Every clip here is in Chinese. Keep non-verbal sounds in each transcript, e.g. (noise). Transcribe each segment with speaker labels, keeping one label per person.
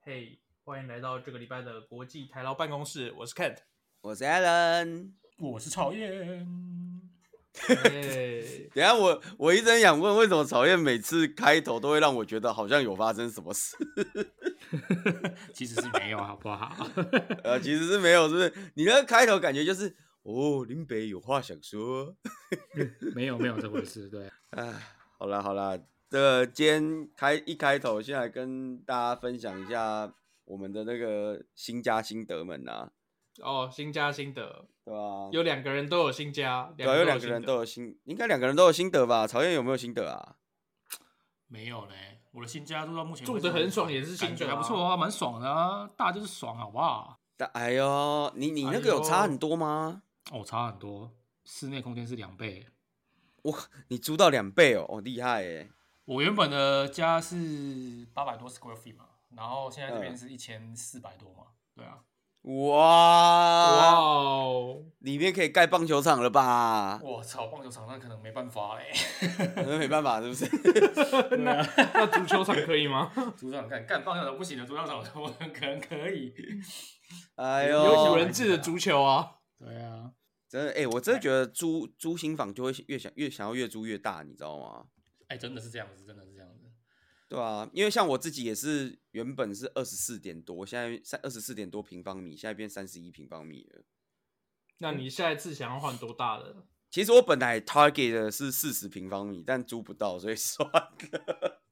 Speaker 1: 嘿，欢迎来到这个礼拜的国际台劳办公室，我是 Kent。
Speaker 2: 我是 Alan。
Speaker 3: 我是讨厌。
Speaker 1: 嘿，
Speaker 2: 等一下我我一直很想问，为什么曹燕每次开头都会让我觉得好像有发生什么事？
Speaker 3: 其实是没有，好不好？
Speaker 2: 呃，其实是没有，是不是？你那个开头感觉就是哦，林北有话想说。
Speaker 3: (laughs) 没有，没有这回事。对，
Speaker 2: 哎，好啦好啦，这个今天开一开头，先来跟大家分享一下我们的那个新家新得们啊，
Speaker 1: (laughs) 哦，新加新得，
Speaker 2: 对吧、
Speaker 1: 有两个人都有新加，
Speaker 2: 对啊，有两
Speaker 1: 新
Speaker 2: 个人
Speaker 1: 得
Speaker 2: 都有心，应该两个人都有心得吧？曹燕有没有心得啊？
Speaker 3: 没有嘞。我的新家住到目前
Speaker 1: 住
Speaker 3: 为止
Speaker 1: 得很爽也是新
Speaker 3: 感
Speaker 1: 的啊
Speaker 3: 觉还不错啊，蛮爽的啊。大就是爽，好不好？
Speaker 2: 但哎呦，你你那个有差很多吗？
Speaker 3: 哦，差很多，室内空间是两倍。
Speaker 2: 你租到两倍哦，哦厉害哎、
Speaker 3: 我原本的家是八百多 square feet 嘛，然后现在这边
Speaker 2: 嗯
Speaker 3: 是一千四百多嘛。对啊，
Speaker 2: 啊
Speaker 1: 哇
Speaker 2: 哇，
Speaker 1: 哦，
Speaker 2: 里面可以盖棒球场
Speaker 1: (laughs)
Speaker 2: 了吧？
Speaker 3: 我操，棒球场那可能没办法嘞。 (laughs)
Speaker 2: 那没办法，是不是？
Speaker 1: (laughs)
Speaker 3: 那
Speaker 1: 那足球场可以
Speaker 2: (laughs)
Speaker 1: 吗？
Speaker 3: 组长干干棒球场不行的，组长场我可能可以。 (laughs)
Speaker 2: 哎
Speaker 1: 有
Speaker 2: 呦
Speaker 1: 五，人制的足球啊，
Speaker 3: 对啊，
Speaker 2: 真的哎、我真的觉得租租新房就会越想越想要越租越大，你知道吗？
Speaker 3: 哎，真的是这样子，真的是这样子。
Speaker 2: 对啊，因为像我自己也是原本是二十四点多，现在三二十四点多平方米，现在变三十一平方米了。
Speaker 1: 那你下一次想要换多大的？
Speaker 2: 其实我本来 target 的是四十平方米，但租不到，所以算 (laughs) 了。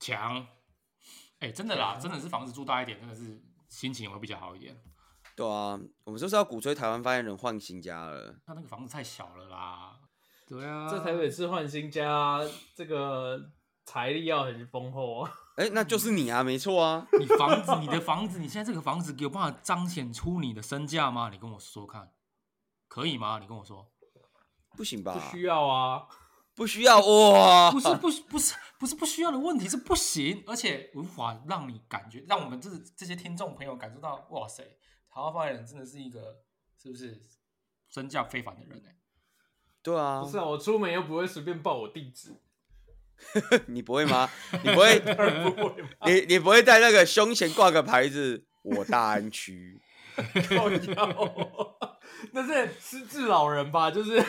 Speaker 3: 强，哎、真的啦，真的是房子住大一点，真的是心情会比较好一点。
Speaker 2: 对啊，我们就是要鼓吹台湾发言人换新家了。
Speaker 3: 他那个房子太小了啦。对啊，
Speaker 1: 在台北市换新家，这个财力要很丰厚啊。
Speaker 2: 哎、那就是你啊，没错啊。
Speaker 3: 你房子，你的房子，你现在这个房子有办法彰显出你的身价吗？你跟我说说看，可以吗？你跟我说，
Speaker 2: 不行
Speaker 1: 不
Speaker 2: 吧？
Speaker 1: 需要啊，
Speaker 2: 不需要哇！
Speaker 3: 不是不是不是不是不需要的问题，是不行，而且无法让你感觉，让我们这这些听众朋友感受到，哇塞，台湾发言人真的是一个是不是身价非凡的人呢、
Speaker 2: 对啊，
Speaker 1: 不是啊，我出门又不会随便报我地址，
Speaker 2: 你不会
Speaker 1: (laughs)
Speaker 2: 吗？你不会，
Speaker 1: 当然不会嘛。
Speaker 2: 你你不会在那个胸前挂个牌子“我大安区 (laughs)
Speaker 1: (laughs) 靠腰， (laughs) 那是失智老人吧？就是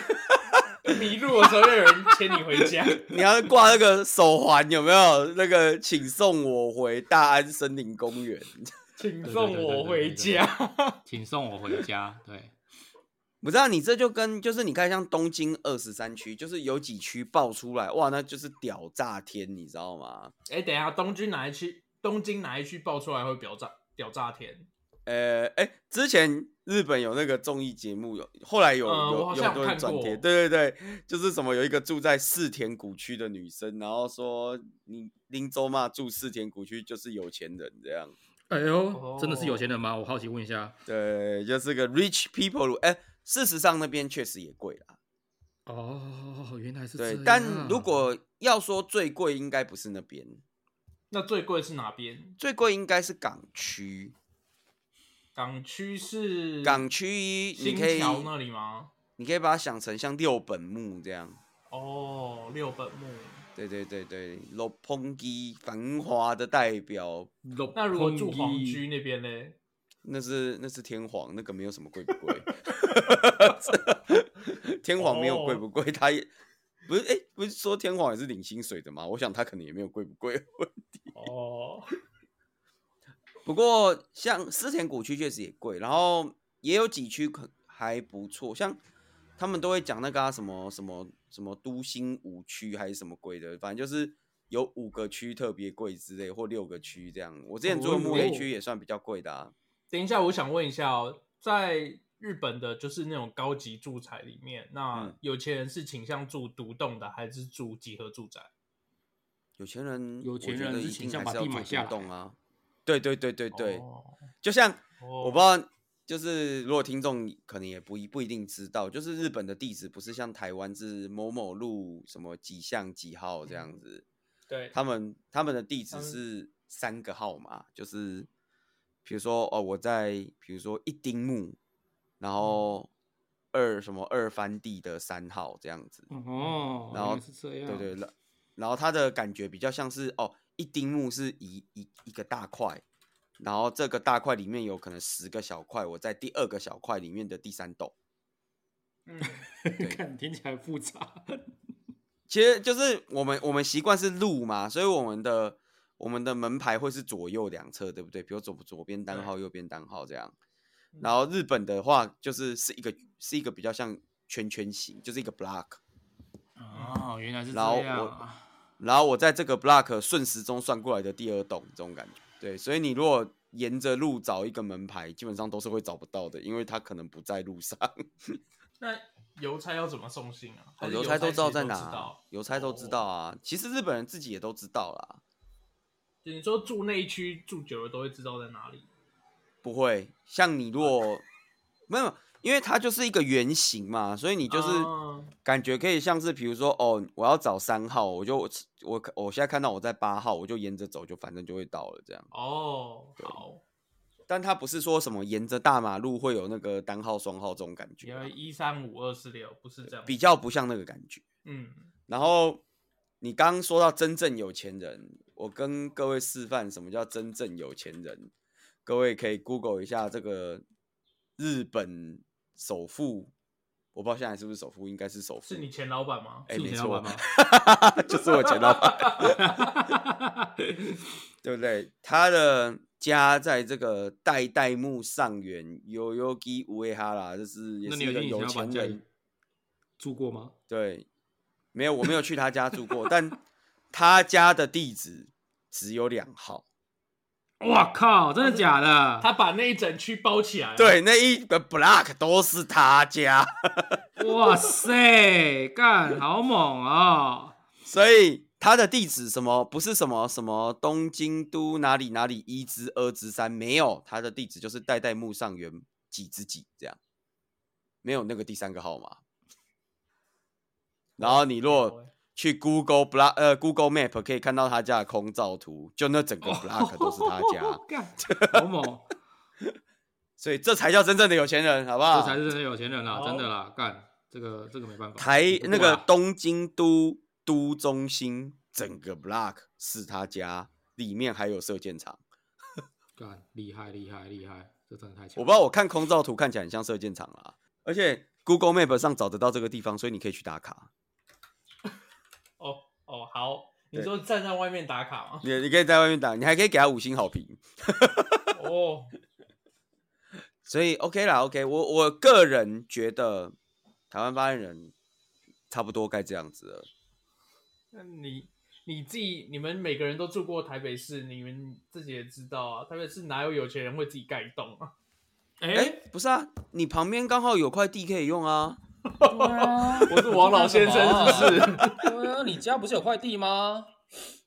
Speaker 1: (laughs) 迷路的时候要有人牵你回 (laughs) 家。”？
Speaker 2: 你要挂那个手环有没有？那个请送我回大安森林公园。
Speaker 1: 请送我回家。
Speaker 3: 请送我回家，对。
Speaker 2: 不知道、你这就跟就是你看像东京二十三区，就是有几区爆出来，哇，那就是屌炸天，你知道吗？
Speaker 1: 哎、等一下，东京哪一区？东京哪一区爆出来会屌炸屌炸天？
Speaker 2: 呃，哎、之前日本有那个综艺节目，有后来有、
Speaker 1: 嗯我好
Speaker 2: 有有
Speaker 1: 像
Speaker 2: 很多
Speaker 1: 有看
Speaker 2: 人转贴，
Speaker 1: 过
Speaker 2: 对对对，就是什么有一个住在四田谷区的女生，然后说你林州嘛住四田谷区就是有钱人这样，
Speaker 3: 哎
Speaker 1: 哦
Speaker 3: 呦，真的是有钱人吗？我好奇问一下。
Speaker 2: 对，就是个 rich people，哎、事实上那边确实也贵啦，
Speaker 3: 哦，原来是这
Speaker 1: 啊
Speaker 2: 对
Speaker 3: 样，
Speaker 2: 但如果要说最贵，应该不是那边，
Speaker 1: 那最贵是哪边？
Speaker 2: 最贵应该是港区，
Speaker 1: 港区是
Speaker 2: 港区你
Speaker 1: 嗯新
Speaker 2: 可以
Speaker 1: 桥那里吗？
Speaker 2: 你可以把它想成像六本木这样。
Speaker 1: 哦，六本木。
Speaker 2: 对对对对，老蓬基繁华的代表，
Speaker 1: 那如果住皇居那边嘞？
Speaker 2: 那是那是天皇，那个没有什么贵不贵。 (laughs) 天皇没有贵不贵，他也不是哎、不是说天皇也是领薪水的吗？我想他可能也没有贵不贵。
Speaker 1: 哦，
Speaker 2: 不过像思田谷区确实也贵，然后也有几区可还不错，像他们都会讲那个啊、什么什么什么都心五区还是什么鬼的，反正就是有五个区特别贵之类，或六个区这样。我之前住的
Speaker 1: 哦
Speaker 2: 木黑区也算比较贵的啊。
Speaker 1: 等一下，我想问一下哦，在日本的就是那种高级住宅里面，那
Speaker 2: 嗯
Speaker 1: 有钱人是倾向住独栋的，还是住集合住宅？
Speaker 2: 有钱人，
Speaker 3: 有
Speaker 2: 我
Speaker 3: 钱
Speaker 2: 觉
Speaker 3: 人
Speaker 2: 得
Speaker 3: 是
Speaker 2: 一
Speaker 3: 倾
Speaker 2: 定
Speaker 3: 向
Speaker 2: 还
Speaker 3: 把
Speaker 2: 是要
Speaker 3: 地
Speaker 2: 做
Speaker 3: 买下
Speaker 2: 独栋
Speaker 3: 来
Speaker 2: 啊。对对对对对，
Speaker 1: 哦
Speaker 2: 就像
Speaker 1: 哦
Speaker 2: 我不知道，就是如果听众可能也不一不一定知道，就是日本的地址不是像台湾是某某路什么几巷几号这样子，
Speaker 1: 对，
Speaker 2: 他们他们的
Speaker 1: 嗯
Speaker 2: 地
Speaker 1: 他
Speaker 2: 址
Speaker 1: 们
Speaker 2: 是三个号码，就是比如说哦，我在比如说一丁目，然
Speaker 1: 嗯
Speaker 2: 后二什么二番地的三号这样子，
Speaker 3: 哦，
Speaker 2: 然后
Speaker 3: 原来是这样，
Speaker 2: 对
Speaker 3: (laughs)
Speaker 2: 对了，然后它的感觉比较像是哦，一丁目是一一一个大块，然后这个大块里面有可能十个小块，我在第二个小块里面的第三斗。
Speaker 1: 嗯，
Speaker 3: 看听起来复杂。
Speaker 2: 其实就是我们我们习惯是路嘛，所以我们的我们的门牌会是左右两侧，对不对？比如左左边单号，右边单号这样。然后日本的话，就是是一个是一个比较像圈圈形，就是一个 block。
Speaker 3: 哦，原来是这
Speaker 2: 然后
Speaker 3: 样
Speaker 2: 我
Speaker 3: 啊。
Speaker 2: 然后我在这个 block 顺时钟算过来的第二栋，这种感觉。对，所以你如果沿着路找一个门牌，基本上都是会找不到的，因为它可能不在路上。
Speaker 1: 那邮差要怎么送信啊？还是
Speaker 2: 哦邮差都
Speaker 1: 都
Speaker 2: 知道
Speaker 1: 在
Speaker 2: 在哪，啊邮差都知道啊。其实日本人自己也都知道啊啦，
Speaker 1: 就你说住内区住久了都会知道在哪里。
Speaker 2: 不会像你如果 (laughs) 没有，因为它就是一个圆形嘛，所以你就是
Speaker 1: 哦
Speaker 2: 感觉可以像是，比如说哦，我要找三号，我就我我现在看到我在八号，我就沿着走，就反正就会到了这样。
Speaker 1: 哦，好，
Speaker 2: 但它不是说什么沿着大马路会有那个单号、双号这种感觉
Speaker 1: 因
Speaker 2: 啊
Speaker 1: 为，一三五二四六不是这样，
Speaker 2: 比较不像那个感觉。
Speaker 1: 嗯，
Speaker 2: 然后你刚刚说到真正有钱人，我跟各位示范什么叫真正有钱人。各位可以 Google 一下这个日本首富，我不知道现在是不是首富，应该是首富。
Speaker 1: 是你前老板吗？
Speaker 2: 哎、
Speaker 3: 是你
Speaker 2: 没
Speaker 3: 前老
Speaker 2: 错
Speaker 3: 板
Speaker 2: (laughs)
Speaker 3: 吗，
Speaker 2: 就是我前老板，对不对？他的家在这个代代木上原 Yoyogi Uehara，就是也
Speaker 3: 那
Speaker 2: 是
Speaker 3: 你有
Speaker 2: 一个
Speaker 3: 听你前
Speaker 2: 有
Speaker 3: 老板
Speaker 2: 钱
Speaker 3: 家
Speaker 2: 人
Speaker 3: 里。住过吗？
Speaker 2: 对，没有，我没有去他家住过，但他家的地址只有两号。
Speaker 3: 哇靠，真的假的？
Speaker 2: (laughs)
Speaker 1: 他把那一整区包起来，，哦
Speaker 2: 对，那一个 block 都是他家，
Speaker 3: 哇塞，干好猛哦！
Speaker 2: (laughs) 所以他的地址什么不是什么什么东京都哪里哪里一之二之三，没有，他的地址就是代代木上原几之几这样，没有那个第三个号码。然后你若去 Google block 呃 Google Map 可以看到他家的空照图，就那整个 block 都是他家。
Speaker 3: (laughs) 干好猛，
Speaker 2: 所以这才叫真正的有钱人，好不
Speaker 3: 这
Speaker 2: 好？
Speaker 3: 才是真的有钱人
Speaker 2: (laughs)
Speaker 3: 啦，
Speaker 1: 好
Speaker 3: 真的啦，干这个这个没办法。
Speaker 2: 哦台
Speaker 3: 哦比不啊
Speaker 2: 那
Speaker 3: 过
Speaker 2: 个
Speaker 3: 啦
Speaker 2: 东京都都中心整个 block 是他家，里面还有射箭场。
Speaker 3: 干厉害厉害厉害，这真的太强
Speaker 2: 我
Speaker 3: 了。
Speaker 2: 不知道，我看空照图看起来很像射箭场啦，而且 Google Map 上找得到这个地方，所以你可以去打卡。
Speaker 1: 哦哦，好，你
Speaker 2: 对
Speaker 1: 说站在外面打卡吗？
Speaker 2: 你你可以在外面打，你还可以给他五星好评。
Speaker 1: (laughs) 哦，
Speaker 2: 所以 OK 啦，OK，我我个人觉得台湾发言人差不多该这样子了。
Speaker 1: 那你你自己，你们每个人都住过台北市，你们自己也知道啊，台北市哪有有钱人会自己盖一栋啊？
Speaker 3: 哎、
Speaker 2: 哎、不是啊，你旁边刚好有块地可以用啊。
Speaker 3: 对啊，
Speaker 1: 我是王老先生，是不是？
Speaker 3: 是？对啊，你家不是有块地吗？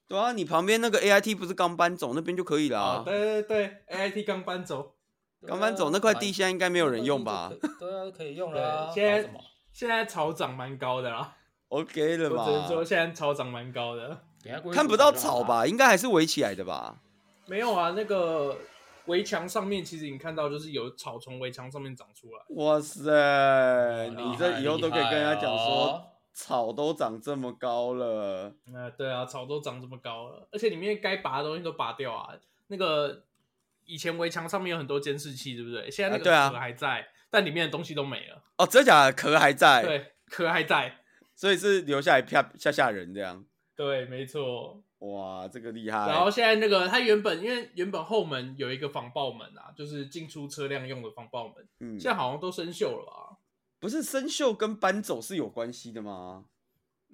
Speaker 2: 对啊，你旁边那个 AIT 不是刚搬走那边就可以啦、
Speaker 1: 啊，对对对，AIT 刚搬走，
Speaker 3: 啊
Speaker 2: 刚搬走那块
Speaker 1: 啊
Speaker 2: 地现在应该没
Speaker 3: 没
Speaker 2: 有人用吧？
Speaker 3: 对啊，可以用
Speaker 1: 啦现在搞什么现在草涨蛮高的啦，
Speaker 2: ？OK 了
Speaker 1: 我只能说
Speaker 2: 吧？
Speaker 1: 现在草涨蛮高的。
Speaker 2: 看不到草？吧？应该还是围起来的吧？
Speaker 1: 没有啊，那个围墙上面其实你看到就是有草从围墙上面长出来。
Speaker 2: 哇塞，你这以后都可以跟
Speaker 1: 哦
Speaker 2: 人家讲说，草都长这么高了，
Speaker 1: 呃，对啊，草都长这么高了，而且里面该拔的东西都拔掉啊。那个以前围墙上面有很多监视器，对不对？现在那
Speaker 2: 啊对啊
Speaker 1: 个壳还在，但里面的东西都没了。
Speaker 2: 哦，真假的壳还在，
Speaker 1: 对，壳还在。
Speaker 2: 所以是留下来吓吓吓人这样。
Speaker 1: 对，没错。
Speaker 2: 哇，这个厉害！
Speaker 1: 然后现在那个，它原本因为原本后门有一个防爆门啊，就是进出车辆用的防爆门，
Speaker 2: 嗯
Speaker 1: 现，在好像都生锈了吧？
Speaker 2: 不是生锈跟搬走是有关系的吗？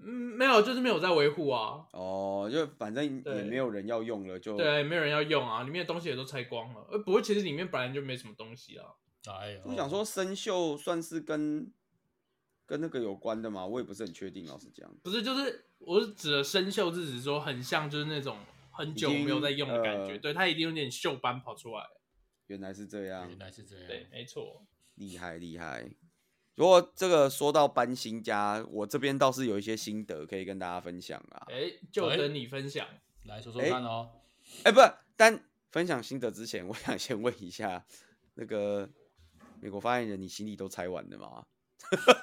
Speaker 1: 嗯，没有，就是没有在维护啊。
Speaker 2: 哦，就反正也
Speaker 1: 对
Speaker 2: 没有人要用了，就
Speaker 1: 对啊，也没有人要用啊，里面的东西也都拆光了。呃，不过其实里面本来就没什么东西啊。
Speaker 3: 哎呦，
Speaker 2: 我想说生锈算是跟跟那个有关的吗？我也不是很确定，老实讲，
Speaker 1: 不是，就是我是指的生锈，是指说很像就是那种很久没有在用的感
Speaker 2: 已经
Speaker 1: 觉，
Speaker 2: 呃
Speaker 1: 对，它一定有点锈斑跑出来。
Speaker 2: 原来是这样
Speaker 3: 哎原，来是这
Speaker 2: 嗯
Speaker 3: 样。
Speaker 1: 对，没错。
Speaker 2: 厉害厉害。如果这个说到搬新家，我这边倒是有一些心得可以跟大家分享啊。
Speaker 1: 哎、就
Speaker 3: 哎
Speaker 1: 等你分享。
Speaker 3: 来说说看哦。
Speaker 2: 哎、不，但分享心得之前，我想先问一下那个美国发言人，你行李都拆完了吗？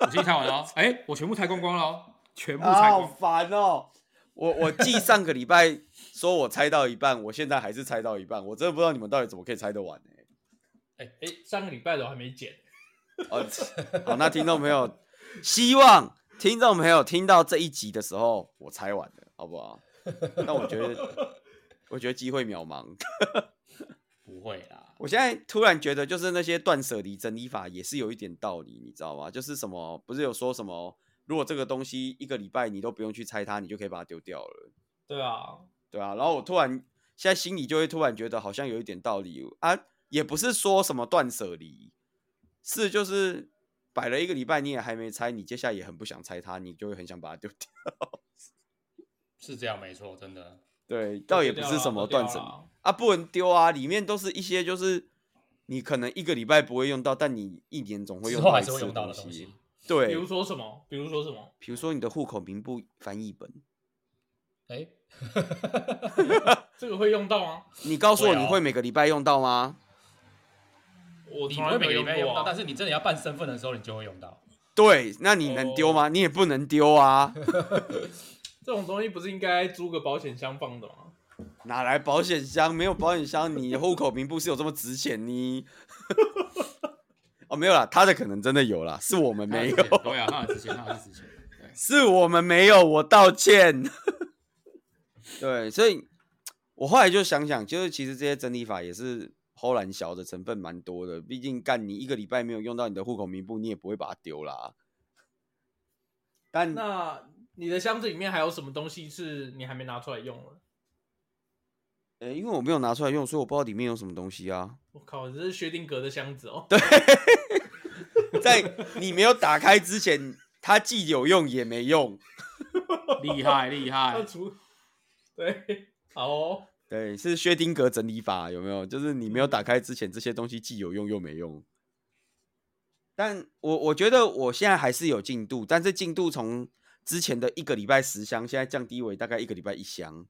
Speaker 3: 我先拆完了哦，哎、我全部拆光光了哦，全部拆
Speaker 2: 啊，
Speaker 3: 光。
Speaker 2: 好烦哦！我我记上个礼拜说我猜到一半，我现在还是猜到一半，我真的不知道你们到底怎么可以猜得完呢、
Speaker 1: 哎、哎、上个礼拜的我还没剪，
Speaker 2: 哦，好，那听众朋友，希望听众朋友听到这一集的时候，我猜完了，好不好？但我觉得，我觉得机会渺茫。
Speaker 3: 不会啦，
Speaker 2: 我现在突然觉得，就是那些断舍离整理法也是有一点道理，你知道吗？就是什么，不是有说什么，如果这个东西一个礼拜你都不用去拆它，你就可以把它丢掉了，
Speaker 1: 对啊，
Speaker 2: 对啊。然后我突然现在心里就会突然觉得，好像有一点道理啊。也不是说什么断舍离，是就是摆了一个礼拜，你也还没拆，你接下来也很不想拆它，你就会很想把它丢掉。 (laughs)
Speaker 3: 是这样没错，真的。
Speaker 2: 对，倒也不是什么断舍离。
Speaker 1: 离，
Speaker 2: 啊，不能丢啊，里面都是一些就是你可能一个礼拜不会用到，但你一年总会
Speaker 3: 之
Speaker 2: 用
Speaker 3: 后
Speaker 2: 到
Speaker 3: 还
Speaker 2: 一
Speaker 3: 是
Speaker 2: 次
Speaker 3: 会用到的
Speaker 2: 东
Speaker 3: 东西。。
Speaker 1: 比
Speaker 2: 对，
Speaker 1: 如说什么？比如说什么？
Speaker 2: 比如说你的户口名簿翻译本，
Speaker 3: 哎，
Speaker 1: 这个会用到吗？
Speaker 2: 你告诉我
Speaker 3: 会啊
Speaker 2: 你会每个礼拜用到吗？
Speaker 1: 我
Speaker 3: 你
Speaker 1: 从
Speaker 3: 不
Speaker 1: 来
Speaker 3: 会
Speaker 1: 没
Speaker 3: 每
Speaker 1: 有
Speaker 3: 个
Speaker 1: 用
Speaker 3: 礼拜用
Speaker 1: 过、
Speaker 3: 到，
Speaker 1: 啊
Speaker 3: 但。是你真的要办身份的时候，你就会用到。
Speaker 2: 对，那你能
Speaker 3: 哦
Speaker 2: 丢吗？你也不能丢
Speaker 3: (laughs)
Speaker 2: 啊，
Speaker 1: 这种东西不是应该租个保险箱放的吗？
Speaker 2: 哪来保险箱？没有保险箱，你户口名簿是有这么值钱呢？ (laughs) 哦，没有啦，他的可能真的有啦，是我们没有，
Speaker 3: 对啊，他有之前，他有之 (laughs) 前。对，
Speaker 2: 是我们没有，我道歉。 (laughs) 对，所以我后来就想想，就是其实这些整理法也是偷懒小的成分蛮多的，毕竟干你一个礼拜没有用到你的户口名簿，你也不会把它丢啦。但
Speaker 1: 那你的箱子里面还有什么东西是你还没拿出来用的？
Speaker 2: 呃，因为我没有拿出来用，所以我不知道里面有什么东西啊。
Speaker 1: 我靠，这是薛定谔的箱子 (laughs) 哦。
Speaker 2: (laughs) 在你没有打开之前，它既有用也没用。
Speaker 3: 厉害厉害
Speaker 1: 那，除对，好哦，
Speaker 2: 对，是薛丁格整理法，有没有？就是你没有打开之前，这些东西既有用又没用。但我我觉得我现在还是有进度，但是进度从之前的一个礼拜十箱，现在降低为大概一个礼拜一箱。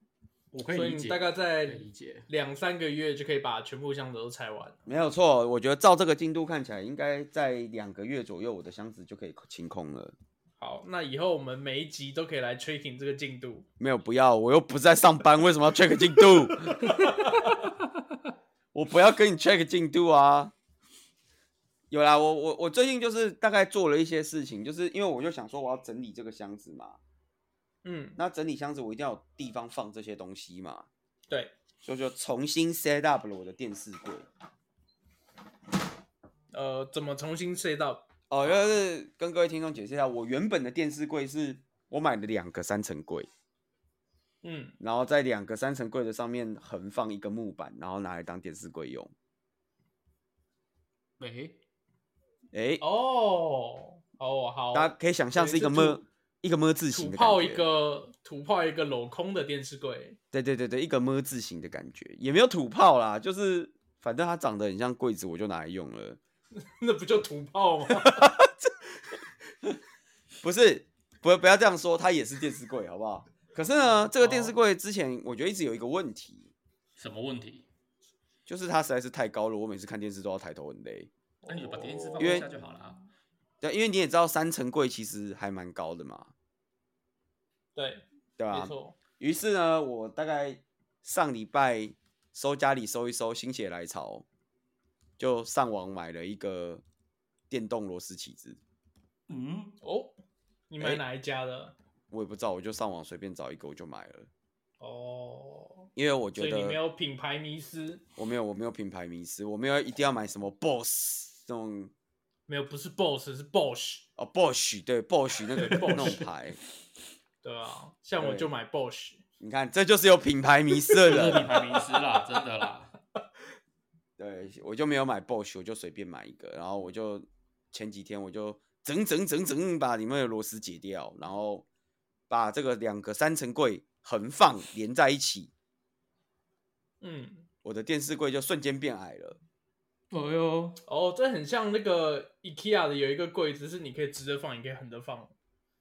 Speaker 3: 我可
Speaker 1: 所
Speaker 3: 以
Speaker 1: 以
Speaker 3: 理
Speaker 1: 你
Speaker 3: 解，
Speaker 1: 大概
Speaker 3: 可
Speaker 1: 在
Speaker 3: 以理解。
Speaker 1: 两三个月就可以把全部箱子都拆完。
Speaker 2: 没有错，我觉得照这个进度看起来，应该在两个月左右，我的箱子就可以清空了。
Speaker 1: 好，那以后我们每一集都可以来 tracking 这个进度。
Speaker 2: 没有，不要，我又不是在上班，为什么要 check 进度？我不要跟你 check 进度啊！有啦，我我我最近就是大概做了一些事情，就是因为我就想说我要整理这个箱子嘛，
Speaker 1: 嗯，
Speaker 2: 那整理箱子我一定要有地方放这些东西嘛，
Speaker 1: 对，
Speaker 2: 所以就重新 set up 了我的电视柜。
Speaker 1: 呃，怎么重新 set up？
Speaker 2: 哦，就是跟各位听众解释一下，我原本的电视柜是我买了两个三层柜，
Speaker 1: 嗯，
Speaker 2: 然后在两个三层柜的上面横放一个木板，然后拿来当电视柜用。
Speaker 3: 喂，
Speaker 2: 诶。
Speaker 1: 哦，哦，好，
Speaker 2: 大家可以想象是一个
Speaker 1: 所以是
Speaker 2: 么一个么字形
Speaker 1: 土
Speaker 2: 的感
Speaker 1: 炮
Speaker 2: 觉，
Speaker 1: 一个土炮一个镂空的电视柜。 (laughs)
Speaker 2: 对对对对，一个么字形的感觉，也没有土炮啦，就是反正它长得很像柜子，我就拿来用了。
Speaker 1: 那不就土炮吗？ (laughs)
Speaker 2: 不是，不不要这样说，它也是电视柜，好不好？可是呢，这个电
Speaker 1: 哦
Speaker 2: 视柜之前我觉得一直有一个问题，
Speaker 3: 什么问题？
Speaker 2: 就是它实在是太高了，我每次看电视都要抬头，很累。
Speaker 3: 那你就把电视放
Speaker 2: 因为
Speaker 3: 下就好了啊。
Speaker 2: 对，因为你也知道三层柜其实还蛮高的嘛，
Speaker 1: 对，
Speaker 2: 对啊吧、
Speaker 1: 没错。
Speaker 2: 于是呢，我大概上礼拜收家里收一收，心血来潮，就上网买了一个电动螺丝起子。
Speaker 3: 嗯，
Speaker 1: 哦，你买
Speaker 2: 哎
Speaker 1: 哪一家的？
Speaker 2: 我也不知道，我就上网随便找一个，我就买了，
Speaker 1: 哦，
Speaker 2: 因为我
Speaker 1: 所
Speaker 2: 觉
Speaker 1: 以你没
Speaker 2: 得
Speaker 1: 有品牌迷失，
Speaker 2: 我没有我没有品牌迷失，我没有一定要买什么 Boss 这种
Speaker 1: 没有，不是 Boss 是 Bosch，
Speaker 2: 哦 Bosch 对 Bosch 那个
Speaker 1: Bosch
Speaker 2: 那种牌，
Speaker 1: 对
Speaker 3: (laughs)
Speaker 1: 啊，像我
Speaker 2: 对
Speaker 1: 就买 Bosch，
Speaker 2: 你看这就是有品牌迷失的
Speaker 3: 这是
Speaker 2: 人。
Speaker 3: 品牌名师啦，真的啦。
Speaker 2: 对，我就没有买 Bosch，我就随便买一个，然后我就前几天我就整整整整把里面的螺丝解掉，然后把这个两个三层柜横放连在一起，
Speaker 1: 嗯，
Speaker 2: 我的电视柜就瞬间变矮了。
Speaker 3: 哎呦，
Speaker 1: 哦，这很像那个 IKEA 的有一个柜子，是你可以直着放，也可以横着放。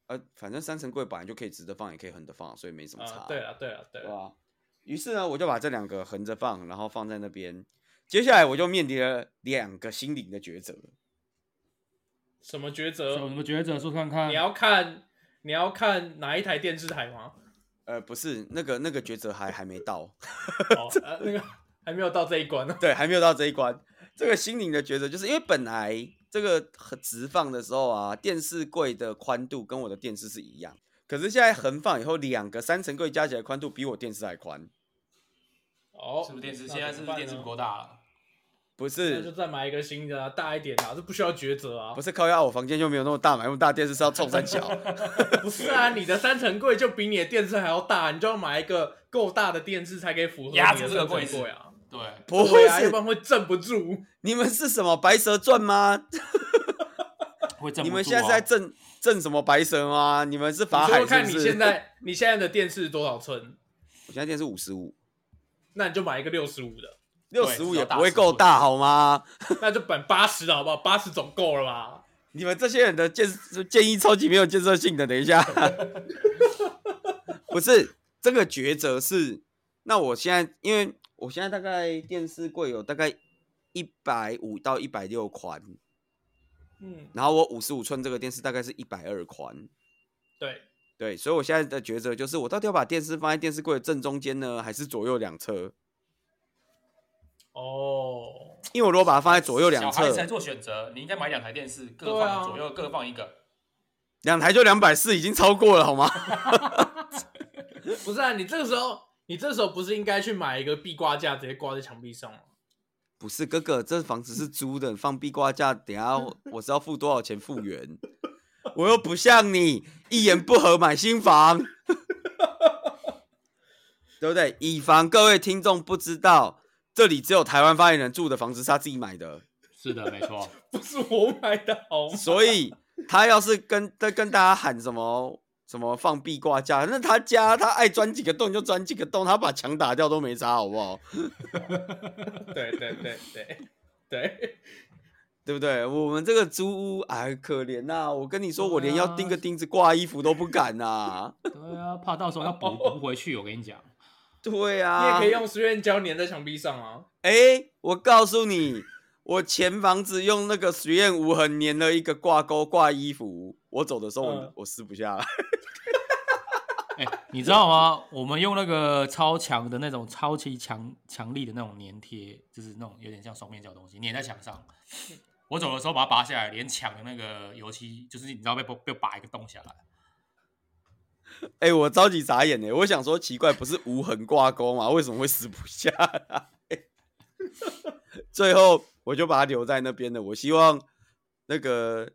Speaker 2: 呃，反正三层柜本来就可以直着放，也可以横着放，所以没什么差。
Speaker 1: 啊，对了，对了，对
Speaker 2: 对
Speaker 1: 了，
Speaker 2: 吧？于是呢，我就把这两个横着放，然后放在那边。接下来我就面临了两个心灵的抉择。
Speaker 1: 什么抉
Speaker 3: 有什
Speaker 1: 择？
Speaker 3: 么抉择？说看看。
Speaker 1: 你要看你要看哪一台电视台吗？
Speaker 2: 呃，不是那个那个抉择还还没到，
Speaker 3: (laughs)
Speaker 1: 哦呃那个还没有到这一关呢。
Speaker 2: 对，还没有到这一关。这个心灵的抉择，就是因为本来这个横直放的时候啊，电视柜的宽度跟我的电视是一样，可是现在横放以后，两个三层柜加起来宽度比我电视还宽，
Speaker 1: 哦，
Speaker 3: 是不是电视？
Speaker 1: 那
Speaker 3: 现在是
Speaker 1: 怎
Speaker 3: 不
Speaker 1: 么办
Speaker 3: 是电视
Speaker 1: 呢
Speaker 3: 不够大了？
Speaker 2: 不
Speaker 1: 那就是再买一个新的、啊，大一点的、啊，这不需要抉择啊
Speaker 2: 不。是靠压，我房间就没有那么大，买那么大电视是要冲
Speaker 1: (laughs)
Speaker 2: 三小。
Speaker 1: 不是啊，你的三层柜就比你的电视还要大，你就要买一个够大的电视才可以符合你
Speaker 3: 压
Speaker 1: 的
Speaker 3: 住
Speaker 1: 三
Speaker 3: 这个
Speaker 1: 层
Speaker 3: 柜子
Speaker 1: 柜啊。
Speaker 3: 对，
Speaker 2: 不
Speaker 1: 对啊，要不
Speaker 2: 是，
Speaker 1: 然会镇不住。
Speaker 2: 你们是什么白蛇传吗？
Speaker 3: 会镇不住、哦。
Speaker 2: 你们现在是在震震什么白蛇吗？你们是法
Speaker 1: 啊你说
Speaker 2: 海
Speaker 1: 说看
Speaker 2: 是
Speaker 1: 你
Speaker 2: 不是
Speaker 1: 现？在你现在的电视多少寸？ (laughs)
Speaker 2: 我现在电视五十五，
Speaker 1: 那你就买一个六十五的，
Speaker 2: 六十五也
Speaker 3: 至少大
Speaker 2: 不会
Speaker 3: 15
Speaker 2: 够大好吗？
Speaker 1: 那就本八十的好不好？八十总够了吧？
Speaker 2: 你们这些人的建建议超级没有建设性的。等一下， (laughs) 不是这个抉择是，那我现在因为我现在大概电视柜有大概一百五到一百六宽，
Speaker 1: 嗯，
Speaker 2: 然后我五十五寸这个电视大概是一百二宽，
Speaker 1: 对，
Speaker 2: 对，所以我现在的抉择就是，我到底要把电视放在电视柜的正中间呢，还是左右两侧？
Speaker 1: 哦，
Speaker 2: 因为我如果把它放在左右两
Speaker 3: 小孩子在
Speaker 2: 侧，
Speaker 3: 做选择，你应该买两台电视，各
Speaker 1: 对啊
Speaker 3: 放左右各放一个。
Speaker 2: 两台就两百四，已经超过了好吗？
Speaker 1: 不是啊，你这个时候，你这时候不是应该去买一个壁挂架，直接挂在墙壁上吗？ (laughs)
Speaker 2: 不是哥哥，这房子是租的，放壁挂架，等一下我是要付多少钱复原？我又不像你一言不合买新房， (laughs) 对不对？以防各位听众不知道，这里只有台湾发言人住的房子是他自己买的，
Speaker 3: 是的，没错。
Speaker 1: 不是我买的好吗？
Speaker 2: 所以他要是跟跟跟大家喊什么什么放壁挂架，那他家他爱钻几个洞就钻几个洞，他把墙打掉都没差，好不好？
Speaker 1: 对对对对对，
Speaker 2: 对不对？我们这个租屋，哎，可怜呐、我跟你说，我连要
Speaker 3: 对啊
Speaker 2: 钉个钉子挂衣服都不敢呐、
Speaker 3: (laughs)
Speaker 2: (laughs)
Speaker 3: 对啊，怕到时候要补补不回去，我跟你讲。
Speaker 2: 对
Speaker 1: 你也
Speaker 2: 啊
Speaker 1: 可，以用实验胶粘在墙壁上啊。
Speaker 2: 哎，我告诉你，我前房子用那个实验无痕粘了一个挂钩挂衣服，我走的时候我、
Speaker 1: 嗯
Speaker 2: 我撕不下来。
Speaker 3: 哎、你知道吗？我们用那个超强的那种超级强强力的那种粘贴，就是那种有点像双面胶的东西，粘在墙上。我走的时候把它拔下来，连墙的那个油漆，就是你知道被被被拔一个洞下来。
Speaker 2: 哎，我超级傻眼哎，我想说奇怪，不是无痕挂钩吗？为什么会撕不下来？ (laughs) 最后我就把它留在那边了。我希望那个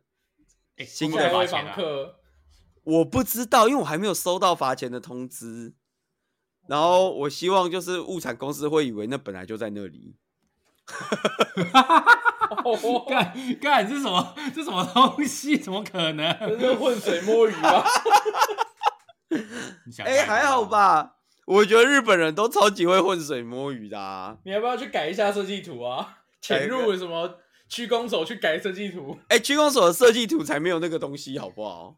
Speaker 3: 哎、
Speaker 2: 新
Speaker 3: 会
Speaker 2: 的
Speaker 3: 不会
Speaker 1: 下一位
Speaker 3: 罚钱
Speaker 1: 房
Speaker 3: 啊！
Speaker 1: 客，
Speaker 2: 我不知道，因为我还没有收到罚钱的通知。然后我希望就是物产公司会以为那本来就在那里，
Speaker 1: 哦，
Speaker 3: 干干，这是什么？这是什么东西？怎么可
Speaker 1: 这
Speaker 3: 能？
Speaker 1: 是浑水摸鱼啊
Speaker 2: (laughs)
Speaker 1: 吧？
Speaker 3: 你想
Speaker 2: 哎，
Speaker 3: 太多了
Speaker 2: 还好？吧？我觉得日本人都超级会浑水摸鱼的、啊。
Speaker 1: 你要不要去改一下设计图啊？潜
Speaker 2: 改一
Speaker 1: 入什么区公所去改设计图？
Speaker 2: 哎，区公所的设计图才没有那个东西，好不好？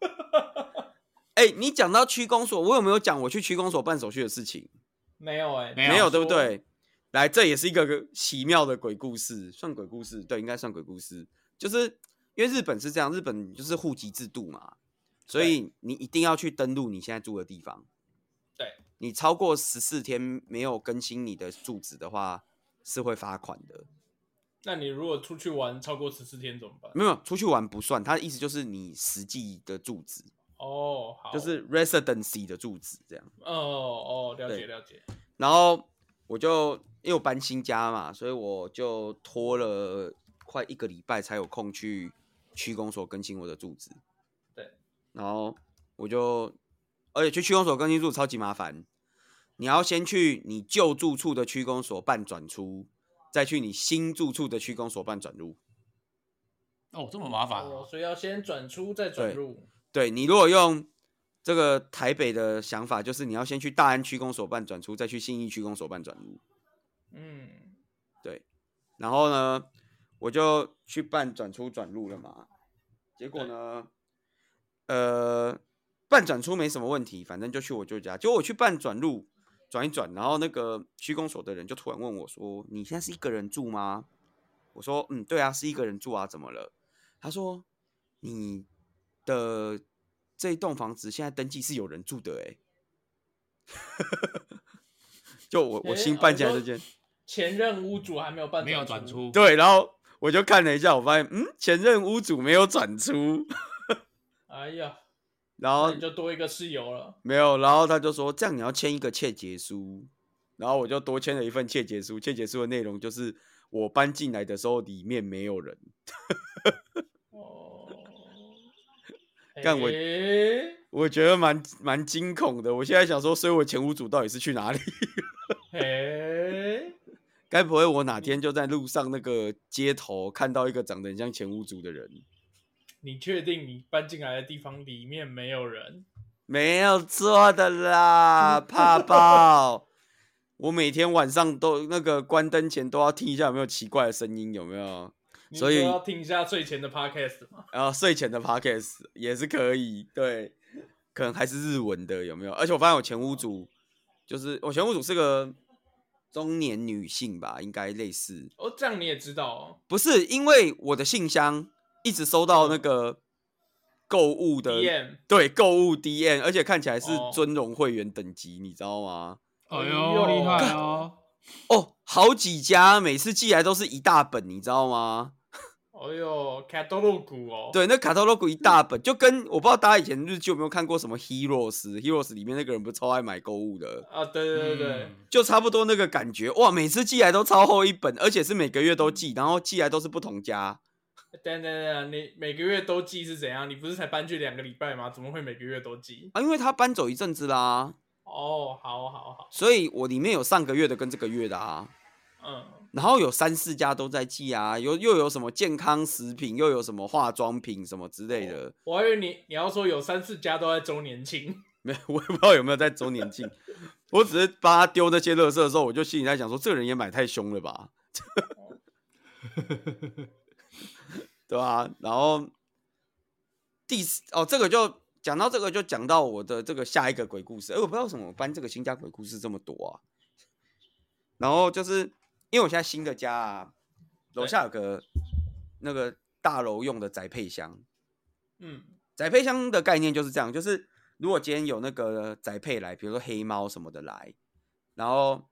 Speaker 2: 哎，你讲到区公所，我有没有讲我去区公所办手续的事情？
Speaker 1: 没有哎、
Speaker 3: 没有
Speaker 2: 没有，对不？对？来，这也是一个个奇妙的鬼故事，算鬼故事，对，应该算鬼故事。就是因为日本是这样，日本就是户籍制度嘛，所以你一定要去登录你现在住的地方。
Speaker 1: 对，
Speaker 2: 你超过十四天没有更新你的住址的话，是会罚款的。
Speaker 1: 那你如果出去玩超过十四天怎么办？
Speaker 2: 没有出去玩不算，它的意思就是你实际的住址，
Speaker 1: 哦，好，
Speaker 2: 就是 residency 的住址这样。
Speaker 1: 哦哦，了
Speaker 2: 对
Speaker 1: 解了解。
Speaker 2: 然后我就因为我搬新家嘛，所以我就拖了快一个礼拜才有空去区公所更新我的住址。
Speaker 1: 对，
Speaker 2: 然后我就，而且去区公所更新住址超级麻烦，你要先去你旧住处的区公所办转出，再去你新住处的区公所办转入。
Speaker 3: 哦，这么麻烦、
Speaker 1: 哦
Speaker 3: 啊，，
Speaker 1: 所以要先转出再转
Speaker 2: 对
Speaker 1: 入。
Speaker 2: 对你如果用这个台北的想法，就是你要先去大安区公所办转出，再去信义区公所办转入。
Speaker 1: 嗯，
Speaker 2: 然后呢，我就去办转出转入了嘛。结果呢，呃，办转出没什么问题，反正就去我舅家。结果我去办转入，转一转，然后那个区公所的人就突然问我说：“你现在是一个人住吗？”我说：“嗯，对啊，是一个人住啊，怎么了？”他说：“你的这一栋房子现在登记是有人住的、欸， (laughs) 就我我
Speaker 1: 诶
Speaker 2: 新
Speaker 1: 哦
Speaker 2: 办
Speaker 1: 你
Speaker 2: 起来
Speaker 1: 说
Speaker 2: 这间，
Speaker 1: 前任屋主还没有办
Speaker 3: 没有转，出，
Speaker 2: 对，然后我就看了一下，我发现嗯，前任屋主没有转出，
Speaker 1: 哎呀，
Speaker 2: 然后
Speaker 1: 那你就多一个室友了。
Speaker 2: 没有，然后他就说这样你要签一个切结书，然后我就多签了一份切结书，切结书的内容就是我搬进来的时候里面没有人，
Speaker 1: 哦，
Speaker 2: (laughs) 干我
Speaker 1: 诶
Speaker 2: 我觉得蛮蛮惊恐的。我现在想说，所以我前屋主到底是去哪里？ (laughs)
Speaker 1: 诶，
Speaker 2: 该不会我哪天就在路上那个街头看到一个长得很像前屋主的人？
Speaker 1: 你确定你搬进来的地方里面没有人？
Speaker 2: 没有错的啦，怕爆！我每天晚上都那个关灯前都要听一下有没有奇怪的声音，有没有？
Speaker 1: 你
Speaker 2: 所以
Speaker 1: 说要听一下睡前的 podcast 嘛？
Speaker 2: 然后睡前的 podcast 也是可以，对，可能还是日文的有没有？而且我发现我前屋主就是我前屋主是个中年女性吧，应该类似，
Speaker 1: 哦，这样你也知道哦。
Speaker 2: 不是因为我的信箱一直收到那个购物的
Speaker 1: DM，
Speaker 2: 对购物 DM，而且看起来是
Speaker 1: 哦
Speaker 2: 尊荣会员等级，你知道吗？
Speaker 3: 哎
Speaker 1: 呦
Speaker 3: 呦厉害哦，
Speaker 2: 哦，好几家每次寄来都是一大本，你知道吗？
Speaker 1: 哎呦，catalog 哦，，
Speaker 2: 对，那卡特 logo 一大本，就跟我不知道大家以前日剧有没有看过什么 Heroes，Heroes 里面那个人不是超爱买购物的，
Speaker 1: 啊，对对对对，
Speaker 3: 嗯，
Speaker 2: 就差不多那个感觉。哇，每次寄来都超厚一本，而且是每个月都寄，然后寄来都是不同家。
Speaker 1: 等等等等，你每个月都寄是怎样？你不是才搬去两个礼拜吗？怎么会每个月都寄？
Speaker 2: 啊，因为他搬走一阵子啦，
Speaker 1: 哦，好好好，
Speaker 2: 所以我里面有上个月的跟这个月的啊，
Speaker 1: 嗯，
Speaker 2: 然后有三四家都在寄啊，有又有什么健康食品，又有什么化妆品什么之类的，
Speaker 1: 我还以为你你要说有三四家都在周年庆，
Speaker 2: 没， (laughs) 我也不知道有没有在周年庆，我只是帮他丢那些垃圾的时候，我就心里在想说，这个人也买太凶了吧， (laughs) 对吧、然后第四哦，这个就讲到这个就讲到我的这个下一个鬼故事，哎，我不知道为什么我搬这个新家鬼故事这么多啊。然后就是因为我现在新的家啊，楼
Speaker 1: 对
Speaker 2: 下有个那个大楼用的宅配箱，
Speaker 1: 嗯，
Speaker 2: 宅配箱的概念就是这样，就是如果今天有那个宅配来，比如说黑猫什么的来，然后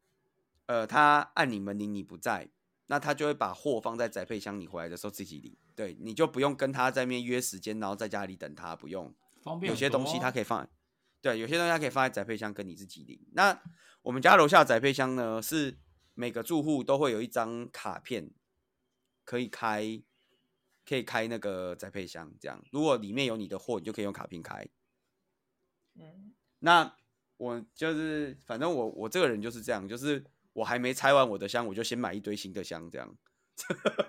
Speaker 2: 呃，他按你门铃你不在，那他就会把货放在宅配箱，你回来的时候自己领。对，你就不用跟他在面约时间，然后在家里等他，不用。
Speaker 3: 方便
Speaker 2: 有
Speaker 3: 很
Speaker 2: 些东西
Speaker 3: 多啊
Speaker 2: 它可以放，对，有些东西它可以放在宅配箱跟你自己领。那我们家楼下的宅配箱呢，是每个住户都会有一张卡片，可以开，可以开那个宅配箱，这样如果里面有你的货，你就可以用卡片开。
Speaker 1: 嗯
Speaker 2: 那我就是，反正我我这个人就是这样，就是我还没拆完我的箱，我就先买一堆新的箱，这样。 (laughs)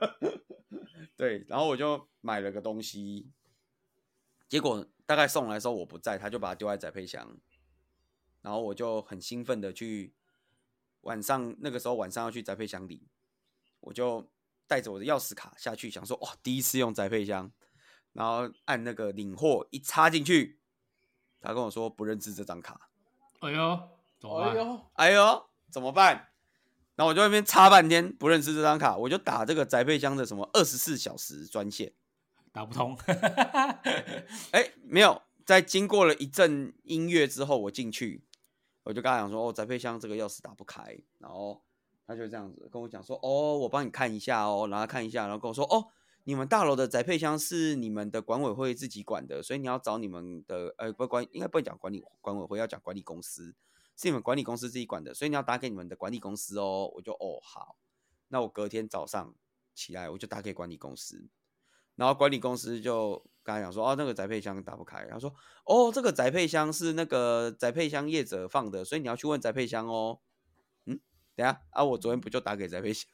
Speaker 2: 对，然后我就买了个东西，结果大概送来的时候我不在，他就把它丢在宅配箱，然后我就很兴奋的去晚上那个时候晚上要去宅配箱领，我就带着我的钥匙卡下去，想说哇第一次用宅配箱，然后按那个领货一插进去，他跟我说不认识这张卡，
Speaker 3: 哎呦，怎么
Speaker 1: 哎
Speaker 3: 办？
Speaker 1: 呦，
Speaker 2: 哎呦怎么办？然后我就在那边插半天不认识这张卡，我就打这个宅配箱的什么二十四小时专线。
Speaker 3: 打不通， (laughs)
Speaker 2: 哎，没有，在经过了一阵音乐之后，我进去，我就跟他讲说，哦，宅配箱这个钥匙打不开，然后他就这样子跟我讲说，哦，我帮你看一下哦，然后他看一下，然后跟我说，哦，你们大楼的宅配箱是你们的管委会自己管的，所以你要找你们的，呃，不管应该不能讲管理管委会，要讲管理公司，是你们管理公司自己管的，所以你要打给你们的管理公司哦。我就哦好，那我隔天早上起来我就打给管理公司，然后管理公司就跟他讲说，哦，那个宅配箱打不开。他说，哦，这个宅配箱是那个宅配箱业者放的，所以你要去问宅配箱哦。嗯，等一下啊，我昨天不就打给宅配箱？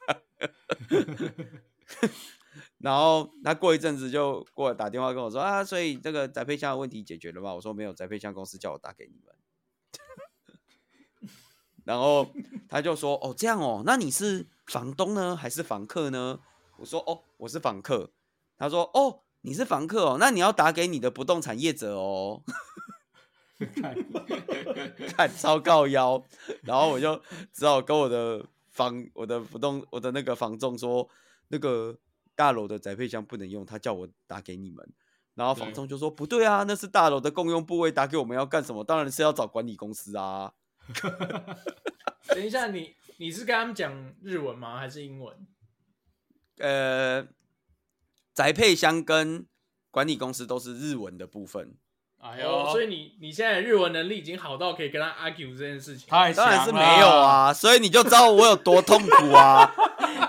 Speaker 2: (laughs) 然后他过一阵子就过来打电话跟我说啊，所以这个宅配箱的问题解决了吗？我说没有，宅配箱公司叫我打给你们。 (laughs) 然后他就说哦这样哦，那你是房东呢还是房客呢？我说哦我是房客。他说哦你是房客哦，那你要打给你的不动产业者哦。 (laughs)
Speaker 3: 看
Speaker 2: 看超高腰，然后我就只好跟我的房、我的不动、我的那个房仲说，那个大楼的宅配箱不能用，他叫我打给你们。然后房
Speaker 3: 对
Speaker 2: 仲就说不对啊，那是大楼的共用部位，打给我们要干什么？当然是要找管理公司啊。
Speaker 1: 等一下，你你是跟他们讲日文吗？还是英文？
Speaker 2: 呃，宅配箱跟管理公司都是日文的部分，
Speaker 3: 哎
Speaker 1: 哦
Speaker 3: 呦，，
Speaker 1: 所以你你现在的日文能力已经好到可以跟他 argue 这件事情。
Speaker 3: 太强
Speaker 2: 当
Speaker 3: 了
Speaker 2: 然是没有，啊，所以你就知道我有多痛苦啊！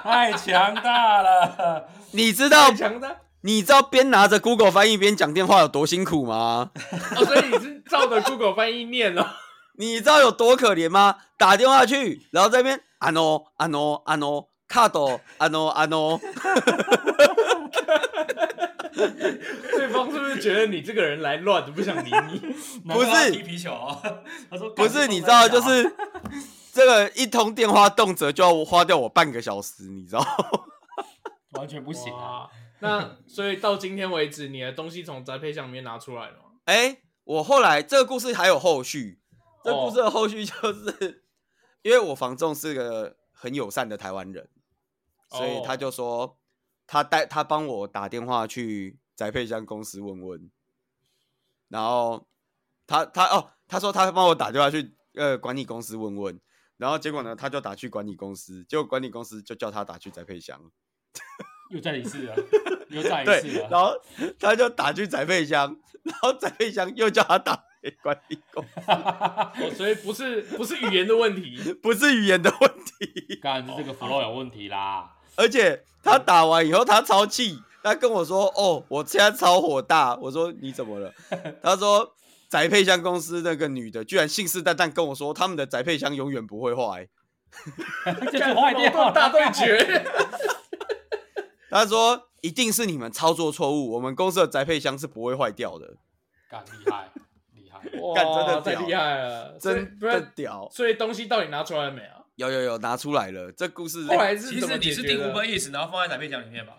Speaker 3: 太强
Speaker 2: (laughs)
Speaker 3: 大了。
Speaker 2: 你知道
Speaker 1: 太强的
Speaker 2: 你知道边拿着 Google 翻译边讲电话有多辛苦吗？
Speaker 1: 哦，所以你是照着 Google 翻译念哦。 (laughs)
Speaker 2: 你知道有多可怜吗？打电话去，然后这边啊 no 啊 no 啊 no 卡斗啊 no 啊 no，
Speaker 1: 对方是不是觉得你这个人来乱，不想理你？
Speaker 3: 难怪他
Speaker 2: 不是
Speaker 3: 踢皮球， (laughs) 他说
Speaker 2: 不是你知道就
Speaker 3: 干
Speaker 2: 是这个一通电话动辄就要花掉我半个小时，你知道？
Speaker 3: 完全不行啊！
Speaker 1: 哇！那所以到今天为止，你的东西从宅配箱里面拿出来了吗？
Speaker 2: 哎、我后来这个故事还有后续，这
Speaker 1: 哦
Speaker 2: 故事的后续就是、 (laughs) 因为我房仲是个很友善的台湾人，所以他
Speaker 1: 哦
Speaker 2: 就说他带他帮我打电话去宅配箱公司问问，然后他他哦他说他帮我打电话去呃管理公司问问，然后结果呢他就打去管理公司，结果管理公司就叫他打去宅配箱，
Speaker 3: 又再一次
Speaker 2: (laughs)
Speaker 3: 了，又再一次
Speaker 2: 对，然
Speaker 3: 了。
Speaker 2: 后他就打去宅配箱，然后宅配箱又叫他打给管理公司。
Speaker 1: 哦，所以不是不是语言的问题，
Speaker 2: 不是语言的问题，
Speaker 3: 干这个 flow 有问
Speaker 2: (laughs)
Speaker 3: 题啦！
Speaker 2: 而且他打完以后他超气，他跟我说：“哦，我现在超火大。”我说：“你怎么了？”
Speaker 1: (laughs)
Speaker 2: 他说：“宅配箱公司那个女的居然信誓旦旦跟我说他们的宅配箱永远不会坏。
Speaker 3: 这就坏掉
Speaker 1: 矛盾
Speaker 3: 了
Speaker 1: 哦大对决。”
Speaker 2: 他说：“一定是你们操作错误，我们公司的宅配箱是不会坏掉的。
Speaker 3: 干厉害厉害！
Speaker 1: 哇，
Speaker 2: 干真的
Speaker 1: 太
Speaker 2: 屌
Speaker 1: 厉害了！”所以
Speaker 2: 真
Speaker 1: 不然
Speaker 2: 的屌，
Speaker 1: 所以东西到底拿出来了没啊？
Speaker 2: 有有有拿出来了。这故事
Speaker 1: 后来是
Speaker 3: 其
Speaker 1: 怎么
Speaker 3: 实你
Speaker 1: 解
Speaker 3: 是
Speaker 1: 决
Speaker 3: 订五
Speaker 1: 的？
Speaker 3: 本意思，然后放在哪边讲里面吧？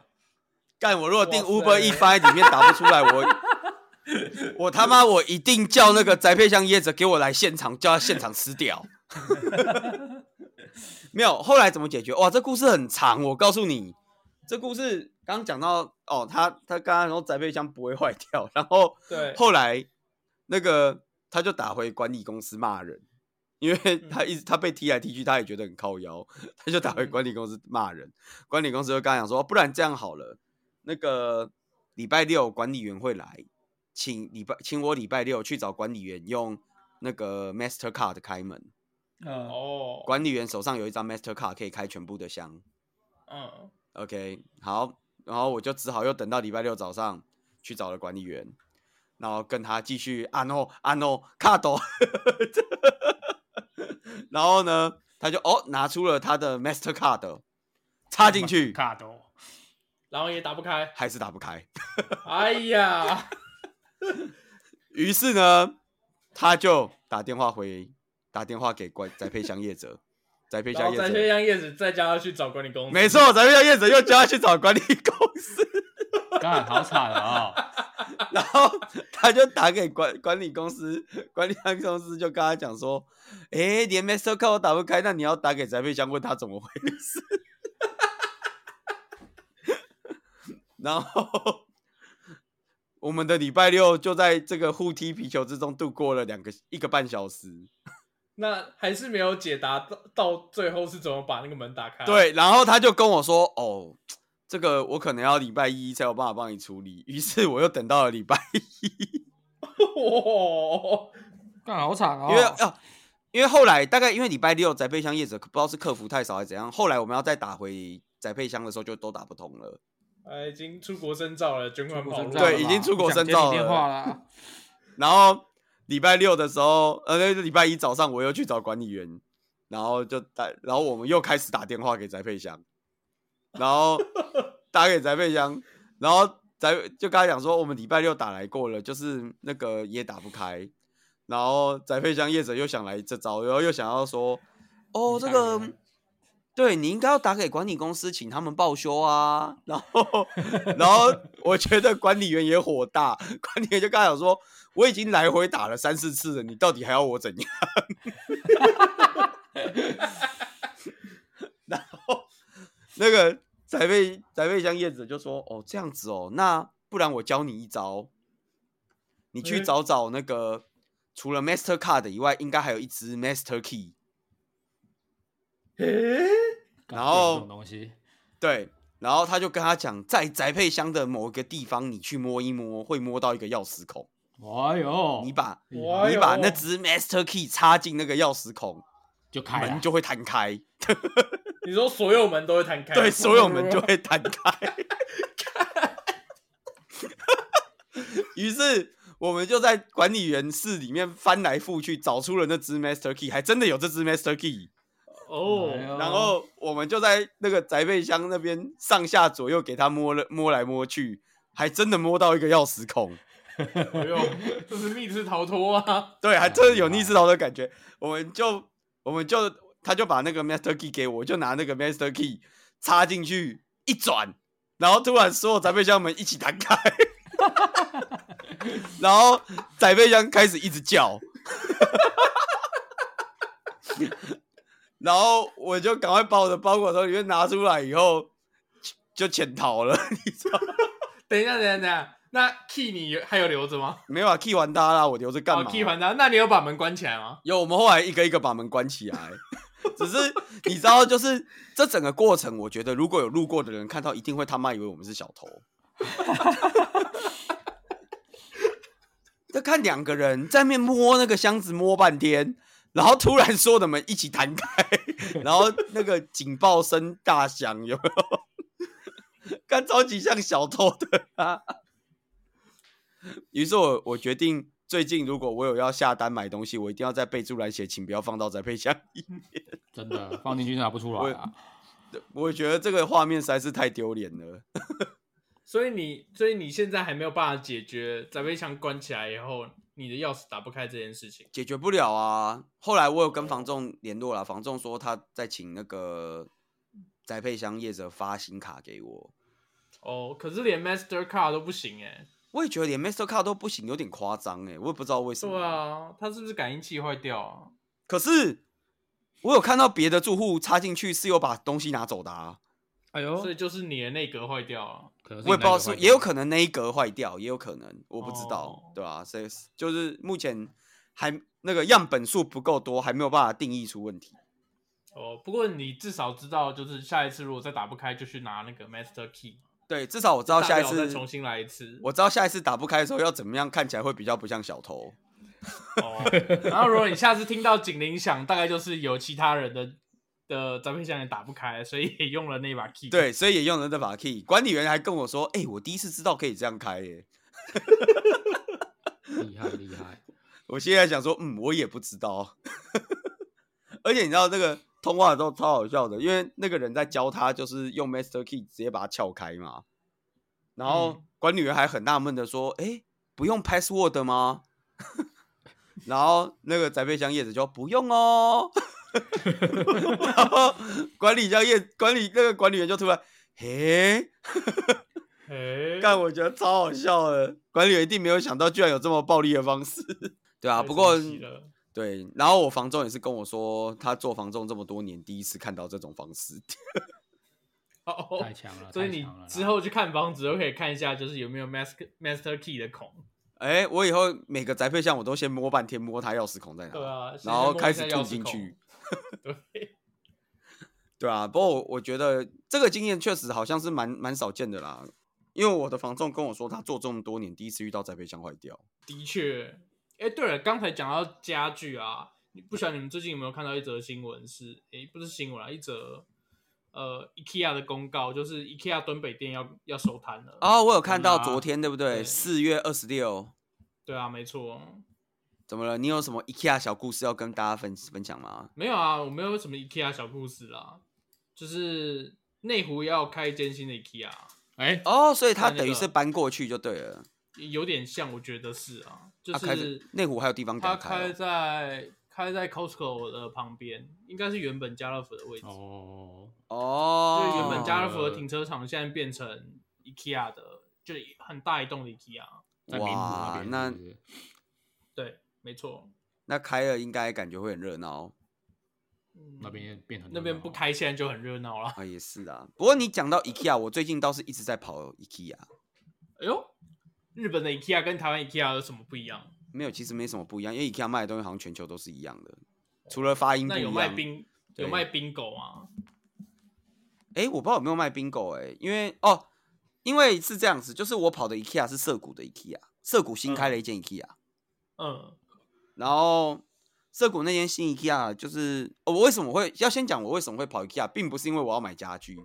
Speaker 2: 干我如果订
Speaker 1: 哇塞
Speaker 2: Uber 一翻在里面打不出来，
Speaker 1: (laughs)
Speaker 2: 我我他妈我一定叫那个宅配箱椰子给我来现场，叫他现场吃
Speaker 1: (laughs)
Speaker 2: 掉。没有，后来怎么解决？哇，这故事很长，我告诉你，这故事刚讲到哦，他他刚刚说宅配箱不会坏掉，然后
Speaker 1: 对，
Speaker 2: 后来那个他就打回管理公司骂人，因为他一直他被踢来踢去，他也觉得很靠腰， (laughs) 他就打回管理公司骂人。管理公司就跟他讲说，哦不然这样好了，那个礼拜六管理员会来，请礼拜请我礼拜六去找管理员用那个 Master Card 开门，
Speaker 3: 嗯，
Speaker 1: 哦，
Speaker 2: 管理员手上有一张 Master Card 可以开全部的箱。
Speaker 1: 嗯，
Speaker 2: OK，好，然后我就只好又等到礼拜六早上去找了管理员，然后跟他继续啊 no 啊 no 卡斗，然后呢，他就哦拿出了他的 Master Card，插进去，
Speaker 3: 卡都
Speaker 1: 然后也打不开
Speaker 2: 还是打不开，
Speaker 1: 哎呀，
Speaker 2: 于是呢，他就打电话回打电话给管宅配箱业者，宅配
Speaker 1: 然
Speaker 2: 箱
Speaker 1: 后再
Speaker 2: 业
Speaker 1: 去
Speaker 2: 者，
Speaker 1: 让叶子再叫他去找管理公司，
Speaker 2: 没错，宅配箱业者又叫他去找管理公司。
Speaker 3: 干好
Speaker 2: (laughs)
Speaker 3: 惨啊！
Speaker 2: 然后他就打给管管理公司，管理公司就跟他讲说：“诶，连 Master Card 都打不开，那你要打给翟佩香问他怎么回事。”然后我们的礼拜六就在这个互踢皮球之中度过了两个一个半小时。
Speaker 1: 那还是没有解答到到最后是怎么把那个门打开。，
Speaker 2: 对，然后他就跟我说：“哦，这个我可能要礼拜一才有办法帮你处理。”于是我又等到了礼拜一。
Speaker 1: (laughs) 哇，
Speaker 3: 干好惨啊！
Speaker 2: 因为啊，因为后来大概因为礼拜六宅配箱业者不知道是客服太少还是怎样，后来我们要再打回宅配箱的时候就都打不通了。
Speaker 1: 哎，已经出国深造了，捐款跑路
Speaker 2: 深造了对已经出国深造了
Speaker 3: 电 (laughs) 话啦，
Speaker 2: 然后礼拜六的时候，呃，那礼拜一早上我又去找管理员，然后就打，然后我们又开始打电话给宅配箱，然后打给宅配箱，然后宅就跟他讲说我们礼拜六打来过了，就是那个也打不开，然后宅配箱业者又想来这招，然后又想要说，哦，这个。对你应该要打给管理公司，请他们报修啊。然后，然后我觉得管理员也火大，管理员就跟他讲说：“我已经来回打了三四次了，你到底还要我怎样？” (laughs) 然后那个宅配宅配箱叶子就说：“哦，这样子哦，那不然我教你一招，你去
Speaker 1: 嗯
Speaker 2: 找找那个除了 Master Card 以外，应该还有一只 Master Key。
Speaker 1: 诶，
Speaker 3: 搞
Speaker 2: 然
Speaker 3: 不懂
Speaker 2: 后
Speaker 3: 这种
Speaker 2: (laughs)
Speaker 3: 东西，
Speaker 2: 对，然后他就跟他讲，在宅配箱的某个地方，你去摸一摸，会摸到一个钥匙孔。
Speaker 3: 哎呦，
Speaker 2: 你把
Speaker 3: 厉
Speaker 1: 哇
Speaker 3: 害
Speaker 1: 哎
Speaker 2: 你
Speaker 1: 呦
Speaker 2: 把那只 Master Key 插进那个钥匙孔，
Speaker 3: 就开了
Speaker 2: 门，就会弹开。
Speaker 1: 你说所有门都会弹开，
Speaker 2: 对，所有门就会弹开。于是我们就在管理员室里面翻来覆去，找出了那只 Master Key，还真的有这只 Master Key。
Speaker 3: 哎
Speaker 1: 哦，
Speaker 3: 呦
Speaker 2: 然后我们就在那个宅配箱那边上下左右给他摸了摸来摸去，还真的摸到一个钥匙孔。
Speaker 1: 哎呦，这是密室逃脱啊！ (laughs)
Speaker 2: 对，还真的有
Speaker 3: 厉害
Speaker 2: 逆势逃的感觉。我们就我们就他就把那个 Master Key 给我，我就拿那个 Master Key 插进去一转，然后突然所有宅配箱门一起弹
Speaker 1: (laughs)
Speaker 2: 开，然后宅配箱开始一直叫，然后我就赶快把我的包裹从里面拿出来以后。就就潜逃了，你知道吗？
Speaker 1: 等一下，等一下，等一下，那 key 你有还有留着吗？
Speaker 2: 没有啊，key 完它啦，我留着干
Speaker 1: 哦
Speaker 2: 嘛
Speaker 1: ，key 还他，那你有把门关起来吗？
Speaker 2: 有，我们后来一个一个把门关起来。只是你知道，就是这整个过程，我觉得如果有路过的人看到，一定会他妈以为我们是小偷。就看两个人在面摸那个箱子摸半天，然后突然所有的门一起弹开，然后那个警报声大响，有没有？看超级像小偷的啊！于是我我决定，最近如果我有要下单买东西，我一定要在备注栏写，请不要放到宅配箱里。
Speaker 3: 真的放进去拿不出来啊，
Speaker 2: 我觉得这个画面实在是太丢脸了。
Speaker 1: 所以你，所以你现在还没有办法解决宅配箱关起来以后，你的钥匙打不开这件事情。
Speaker 2: 解决不了啊。后来我有跟房仲联络了，房仲说他在请那个宅配箱业者发新卡给我。
Speaker 1: 哦，可是连 Master Card 都不行哎。
Speaker 2: 我也觉得连 Master Card 都不行，有点夸张哎，我也不知道为什么。
Speaker 1: 对啊，他是不是感应器坏掉啊？
Speaker 2: 可是我有看到别的住户插进去是有把东西拿走的啊，
Speaker 3: 哎呦
Speaker 1: 所以就是你的内阁坏掉啊了。
Speaker 3: 可能
Speaker 2: 我也不知道是，也有可
Speaker 3: 能
Speaker 2: 能那一格坏掉，也有可能我不知道，
Speaker 1: 哦
Speaker 2: 对吧、所以就是目前还那个样本数不够多，还没有办法定义出问题。
Speaker 1: 哦，不过你至少知道，就是下一次如果再打不开，就去拿那个 Master Key，
Speaker 2: 对，至少我知道下一
Speaker 1: 大不了
Speaker 2: 次
Speaker 1: 再重新来一次。
Speaker 2: 我知道下一次打不开的时候要怎么样看起来会比较不像小偷。
Speaker 1: 哦，然后如果你下次听到警铃响，大概就是有其他人的的宅配箱也打不开，所以也用了那把 key。，
Speaker 2: 对，所以也用了这把 key。管理员还跟我说：“哎、我第一次知道可以这样开耶。
Speaker 3: 厉害厉害，”
Speaker 2: 我现在想说，嗯，我也不知道。 (laughs) 而且你知道那个通话都超好笑的，因为那个人在教他，就是用 master key 直接把它撬开嘛。然后
Speaker 1: 嗯
Speaker 2: 管理员还很纳闷的说：“哎、不用 password 吗？” (laughs) 然后那个宅配箱叶子就不用哦。 (laughs) 然后管理箱叶管理那个管理员就突然，嘿，
Speaker 1: 哎、
Speaker 2: 干，我觉得超好笑的。管理员一定没有想到，居然有这么暴力的方式， (laughs) 对啊，
Speaker 1: 太
Speaker 2: 不过
Speaker 1: 神奇了
Speaker 2: 对，然后我房仲也是跟我说，他做房仲这么多年，第一次看到这种方式。 (laughs)
Speaker 1: 哦
Speaker 3: 太，强了，
Speaker 1: 所以
Speaker 3: 太
Speaker 1: 你
Speaker 3: 强了啦
Speaker 1: 之后去看房子都可以看一下，就是有没有 master master key 的孔。
Speaker 2: 哎，我以后每个宅配箱我都先摸半天，摸它钥匙孔在哪，
Speaker 1: 对啊，先
Speaker 2: 然后
Speaker 1: 摸一
Speaker 2: 开
Speaker 1: 下
Speaker 2: 始
Speaker 1: 钥匙
Speaker 2: 吐进
Speaker 1: 孔
Speaker 2: 去。。
Speaker 1: 对，
Speaker 2: 对啊，不过我我觉得这个经验确实好像是蛮蛮少见的啦，因为我的房仲跟我说，他做这么多年，第一次遇到宅配箱坏掉。
Speaker 1: 的确。哎、对了，刚才讲到家具啊，你不晓得你们最近有没有看到一则新闻是？哎、不是新闻啊，一则呃 IKEA 的公告，就是 IKEA 敦北店要要收摊了。
Speaker 2: 哦，我有看到
Speaker 3: 嗯啊
Speaker 2: 昨天对不对？
Speaker 1: 对
Speaker 2: 四月二十六，
Speaker 1: 对啊，没错。
Speaker 2: 怎么了？你有什么 IKEA 小故事要跟大家分分享吗？
Speaker 1: 没有啊，我没有什么 IKEA 小故事啦，就是内湖要开一间新的 IKEA，
Speaker 3: 哎
Speaker 2: 哦，所以他
Speaker 1: 看那
Speaker 2: 等于
Speaker 1: 个
Speaker 2: 是搬过去就对了。
Speaker 1: 有点像，我觉得是啊，就
Speaker 2: 他开始
Speaker 1: 是
Speaker 2: 内湖还有地方给
Speaker 1: 它
Speaker 2: 开
Speaker 1: 开
Speaker 2: 哦，
Speaker 1: 在开在 Costco 的旁边，应该是原本家乐福的位置，
Speaker 3: 哦，
Speaker 2: 哦
Speaker 1: 就是原本家
Speaker 3: 加
Speaker 1: 乐福的停车场现在变成 IKEA 的，就很大一栋的 IKEA。
Speaker 3: 在名古那
Speaker 2: 哇
Speaker 3: 边，
Speaker 2: 那
Speaker 3: 是不是
Speaker 1: 对，没错，
Speaker 2: 那开了应该感觉会很热闹哦
Speaker 1: 嗯
Speaker 3: 那边变成
Speaker 1: 那边不，开，现在就很热闹了。 (laughs)
Speaker 2: 啊，也是啊。不过你讲到 IKEA，我最近倒是一直在跑 IKEA，
Speaker 1: 哎呦，日本的 IKEA 跟台湾 IKEA 有什么不一样？
Speaker 2: 没有，其实没什么不一样，因为 IKEA 卖的东西好像全球都是一样的，除了发音不
Speaker 1: 那
Speaker 2: 一
Speaker 1: 有卖
Speaker 2: 样。
Speaker 1: 冰
Speaker 2: 对
Speaker 1: 有卖冰狗吗？
Speaker 2: 哎、我不知道有没有卖 bingo 哎、因为哦，因为是这样子，就是我跑的 IKEA 是涩谷的 IKEA，涩谷新开了一间 IKEA，、
Speaker 1: 嗯，
Speaker 2: 然后涩谷那间新 IKEA 就是、哦、我为什么会要先讲我为什么会跑 IKEA，并不是因为我要买家具，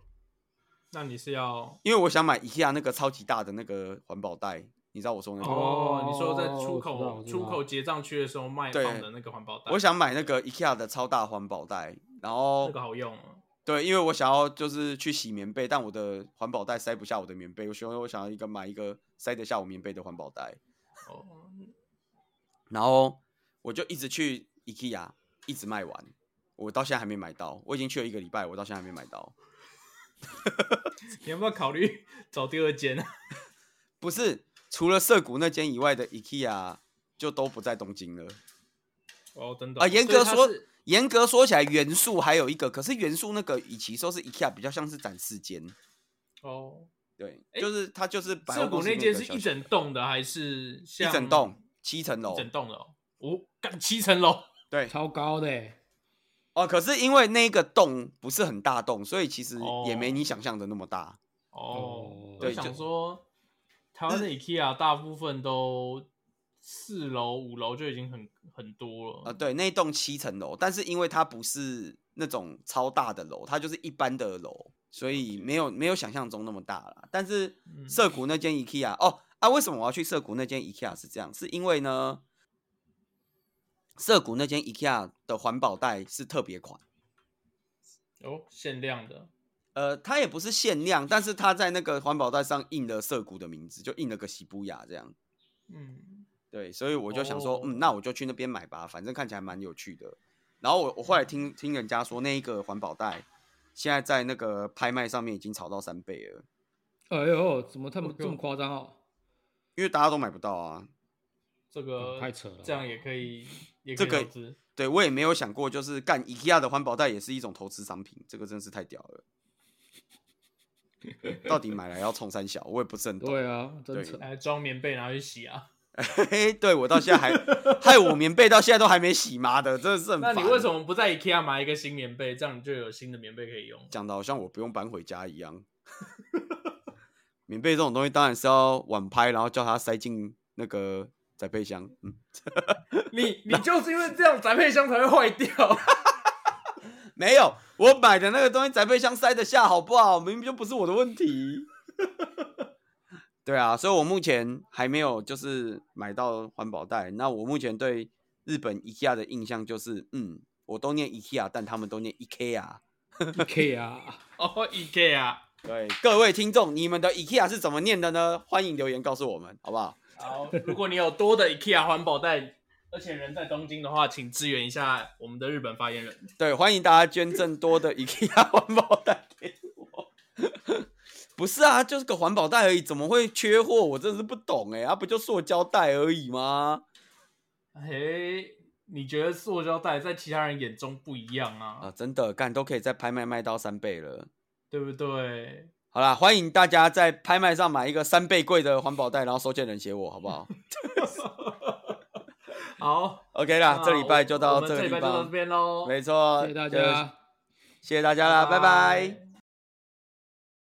Speaker 1: 那你是要
Speaker 2: 因为我想买 IKEA 那个超级大的那个环保袋，你知道我说那个吗，
Speaker 1: 哦，你说在
Speaker 3: 我
Speaker 1: 出
Speaker 3: 知道我
Speaker 1: 口
Speaker 3: 知
Speaker 1: 出
Speaker 3: 道
Speaker 1: 口结账区的时候卖
Speaker 2: 对
Speaker 1: 放的那个环保袋，
Speaker 2: 我想买那个 IKEA 的超大环保袋，然后
Speaker 1: 那个好用哦。
Speaker 2: 对，因为我想要就是去洗棉被，但我的环保袋塞不下我的棉被，我希望我想要一个买一个塞得下我棉被的环保袋。
Speaker 1: 哦，
Speaker 2: 然后我就一直去 IKEA，一直卖完，我到现在还没买到，我已经去了一个礼拜，我到现在还没买到。
Speaker 1: 你要不要考虑找第二间啊？ (laughs)
Speaker 2: 不是，除了涩谷那间以外的 IKEA 就都不在东京了。
Speaker 1: 哦，真的
Speaker 2: 啊，严格
Speaker 1: 所
Speaker 2: 说
Speaker 1: 以它是，
Speaker 2: 严格说起来，元素还有一个，可是元素那个与其说是 IKEA，比较像是展示间。
Speaker 1: 哦，
Speaker 2: 对，
Speaker 1: 诶
Speaker 2: 就是它就是百货
Speaker 1: 涩
Speaker 2: 公
Speaker 1: 谷
Speaker 2: 司
Speaker 1: 那间
Speaker 2: 个
Speaker 1: 是
Speaker 2: 小
Speaker 1: 一
Speaker 2: 小
Speaker 1: 整栋的还是
Speaker 2: 一
Speaker 1: 像
Speaker 2: 整栋七层楼
Speaker 1: 一，整栋的哦，哦，干七层楼，
Speaker 2: 对，
Speaker 3: 超高的欸，
Speaker 2: 哦，可是因为那个洞不是很大洞，所以其实也没
Speaker 1: 哦
Speaker 2: 你想象的那么大。
Speaker 1: 哦
Speaker 3: 哦，
Speaker 1: 我
Speaker 2: 对就嗯
Speaker 1: 想说，台湾的 IKEA 大部分都四楼、五楼就已经很很多了
Speaker 2: 啊、对，那一栋七层楼，但是因为它不是那种超大的楼，它就是一般的楼，所以没有没有想象中那么大啦。但是
Speaker 1: 嗯
Speaker 2: 涩谷那间 IKEA，哦啊，为什么我要去涩谷那间 IKEA 是这样？是因为呢，涩谷那间 IKEA 的环保袋是特别款，
Speaker 1: 哦，限量的
Speaker 2: 呃，它也不是限量，但是它在那个环保袋上印了涩谷的名字，就印了个喜布亚这样。
Speaker 1: 嗯，
Speaker 2: 对，所以我就想说，
Speaker 1: 哦
Speaker 2: 嗯，那我就去那边买吧，反正看起来蛮有趣的。然后我我后来听听人家说，那一个环保袋现在在那个拍卖上面已经炒到三倍了，
Speaker 3: 哎呦，怎么他们
Speaker 1: 哦
Speaker 3: 这么夸张哦？
Speaker 2: 因为大家都买不到啊。
Speaker 1: 这个
Speaker 3: 嗯太扯了
Speaker 1: 这样也可以，也
Speaker 2: 嗯这
Speaker 1: 可以
Speaker 2: 个
Speaker 1: 投资
Speaker 2: 对我也没有想过，就是干 IKEA 的环保袋也是一种投资商品，这个真是太屌了。 (laughs) 到底买来要冲三小，我也不是很懂。
Speaker 3: 对啊，真
Speaker 2: 对
Speaker 3: 扯。
Speaker 1: 来装棉被拿去洗啊。
Speaker 2: 嘿嘿， (laughs) 对我到现在还害我棉被到现在都还没洗，妈的，真的是很
Speaker 1: 那
Speaker 2: 烦。欸
Speaker 1: 你为什么不在 IKEA 买一个新棉被，这样你就有新的棉被可以
Speaker 2: (laughs)
Speaker 1: 用？
Speaker 2: 讲的好像我不用搬回家一样。 (laughs) 棉被这种东西当然是要晚拍，然后叫它塞进那个载被箱。嗯，
Speaker 1: 你你就是因为这样宅配箱才会坏掉。 (laughs)
Speaker 2: 没有，我买的那个东西载被箱塞得下，好不好？明明就不是我的问题。 (laughs) 对啊，所以我目前还没有就是买到环保袋。那我目前对日本 IKEA 的印象就是，嗯，我都念 IKEA，但他们都念 IKEA。
Speaker 3: IKEA，
Speaker 1: 哦，IKEA。
Speaker 2: 对，各位听众，你们的 IKEA 是怎么念的呢？欢迎留言告诉我们，好不 (laughs) 好？
Speaker 1: 好，如果你有多的 IKEA 环保袋，而且人在东京的话，请支援一下我们的日本发言人。
Speaker 2: 对，欢迎大家捐赠多的 IKEA 环保袋给我。 (laughs) 不是啊，就是个环保袋而已，怎么会缺货？我真的是不懂哎、欸，啊，不就塑胶袋而已吗？
Speaker 1: 嘿，你觉得塑胶袋在其他人眼中不一样啊，
Speaker 2: 啊，真的，干都可以在拍卖卖到三倍了。
Speaker 1: 对不对？
Speaker 2: 好啦，欢迎大家在拍卖上买一个三倍贵的环保袋，然后收件人写我，好不 (laughs) 好
Speaker 1: 好，
Speaker 2: ？OK 啦，
Speaker 1: 那
Speaker 2: 啊这礼拜
Speaker 1: 我
Speaker 2: 就到
Speaker 1: 我们
Speaker 2: 这
Speaker 1: 这
Speaker 2: 个
Speaker 1: 礼
Speaker 2: 地
Speaker 1: 拜就到
Speaker 2: 方
Speaker 1: 这，边喽，
Speaker 2: 没错，
Speaker 3: 谢谢大
Speaker 2: 就
Speaker 3: 家。
Speaker 2: 谢谢大家啦，拜拜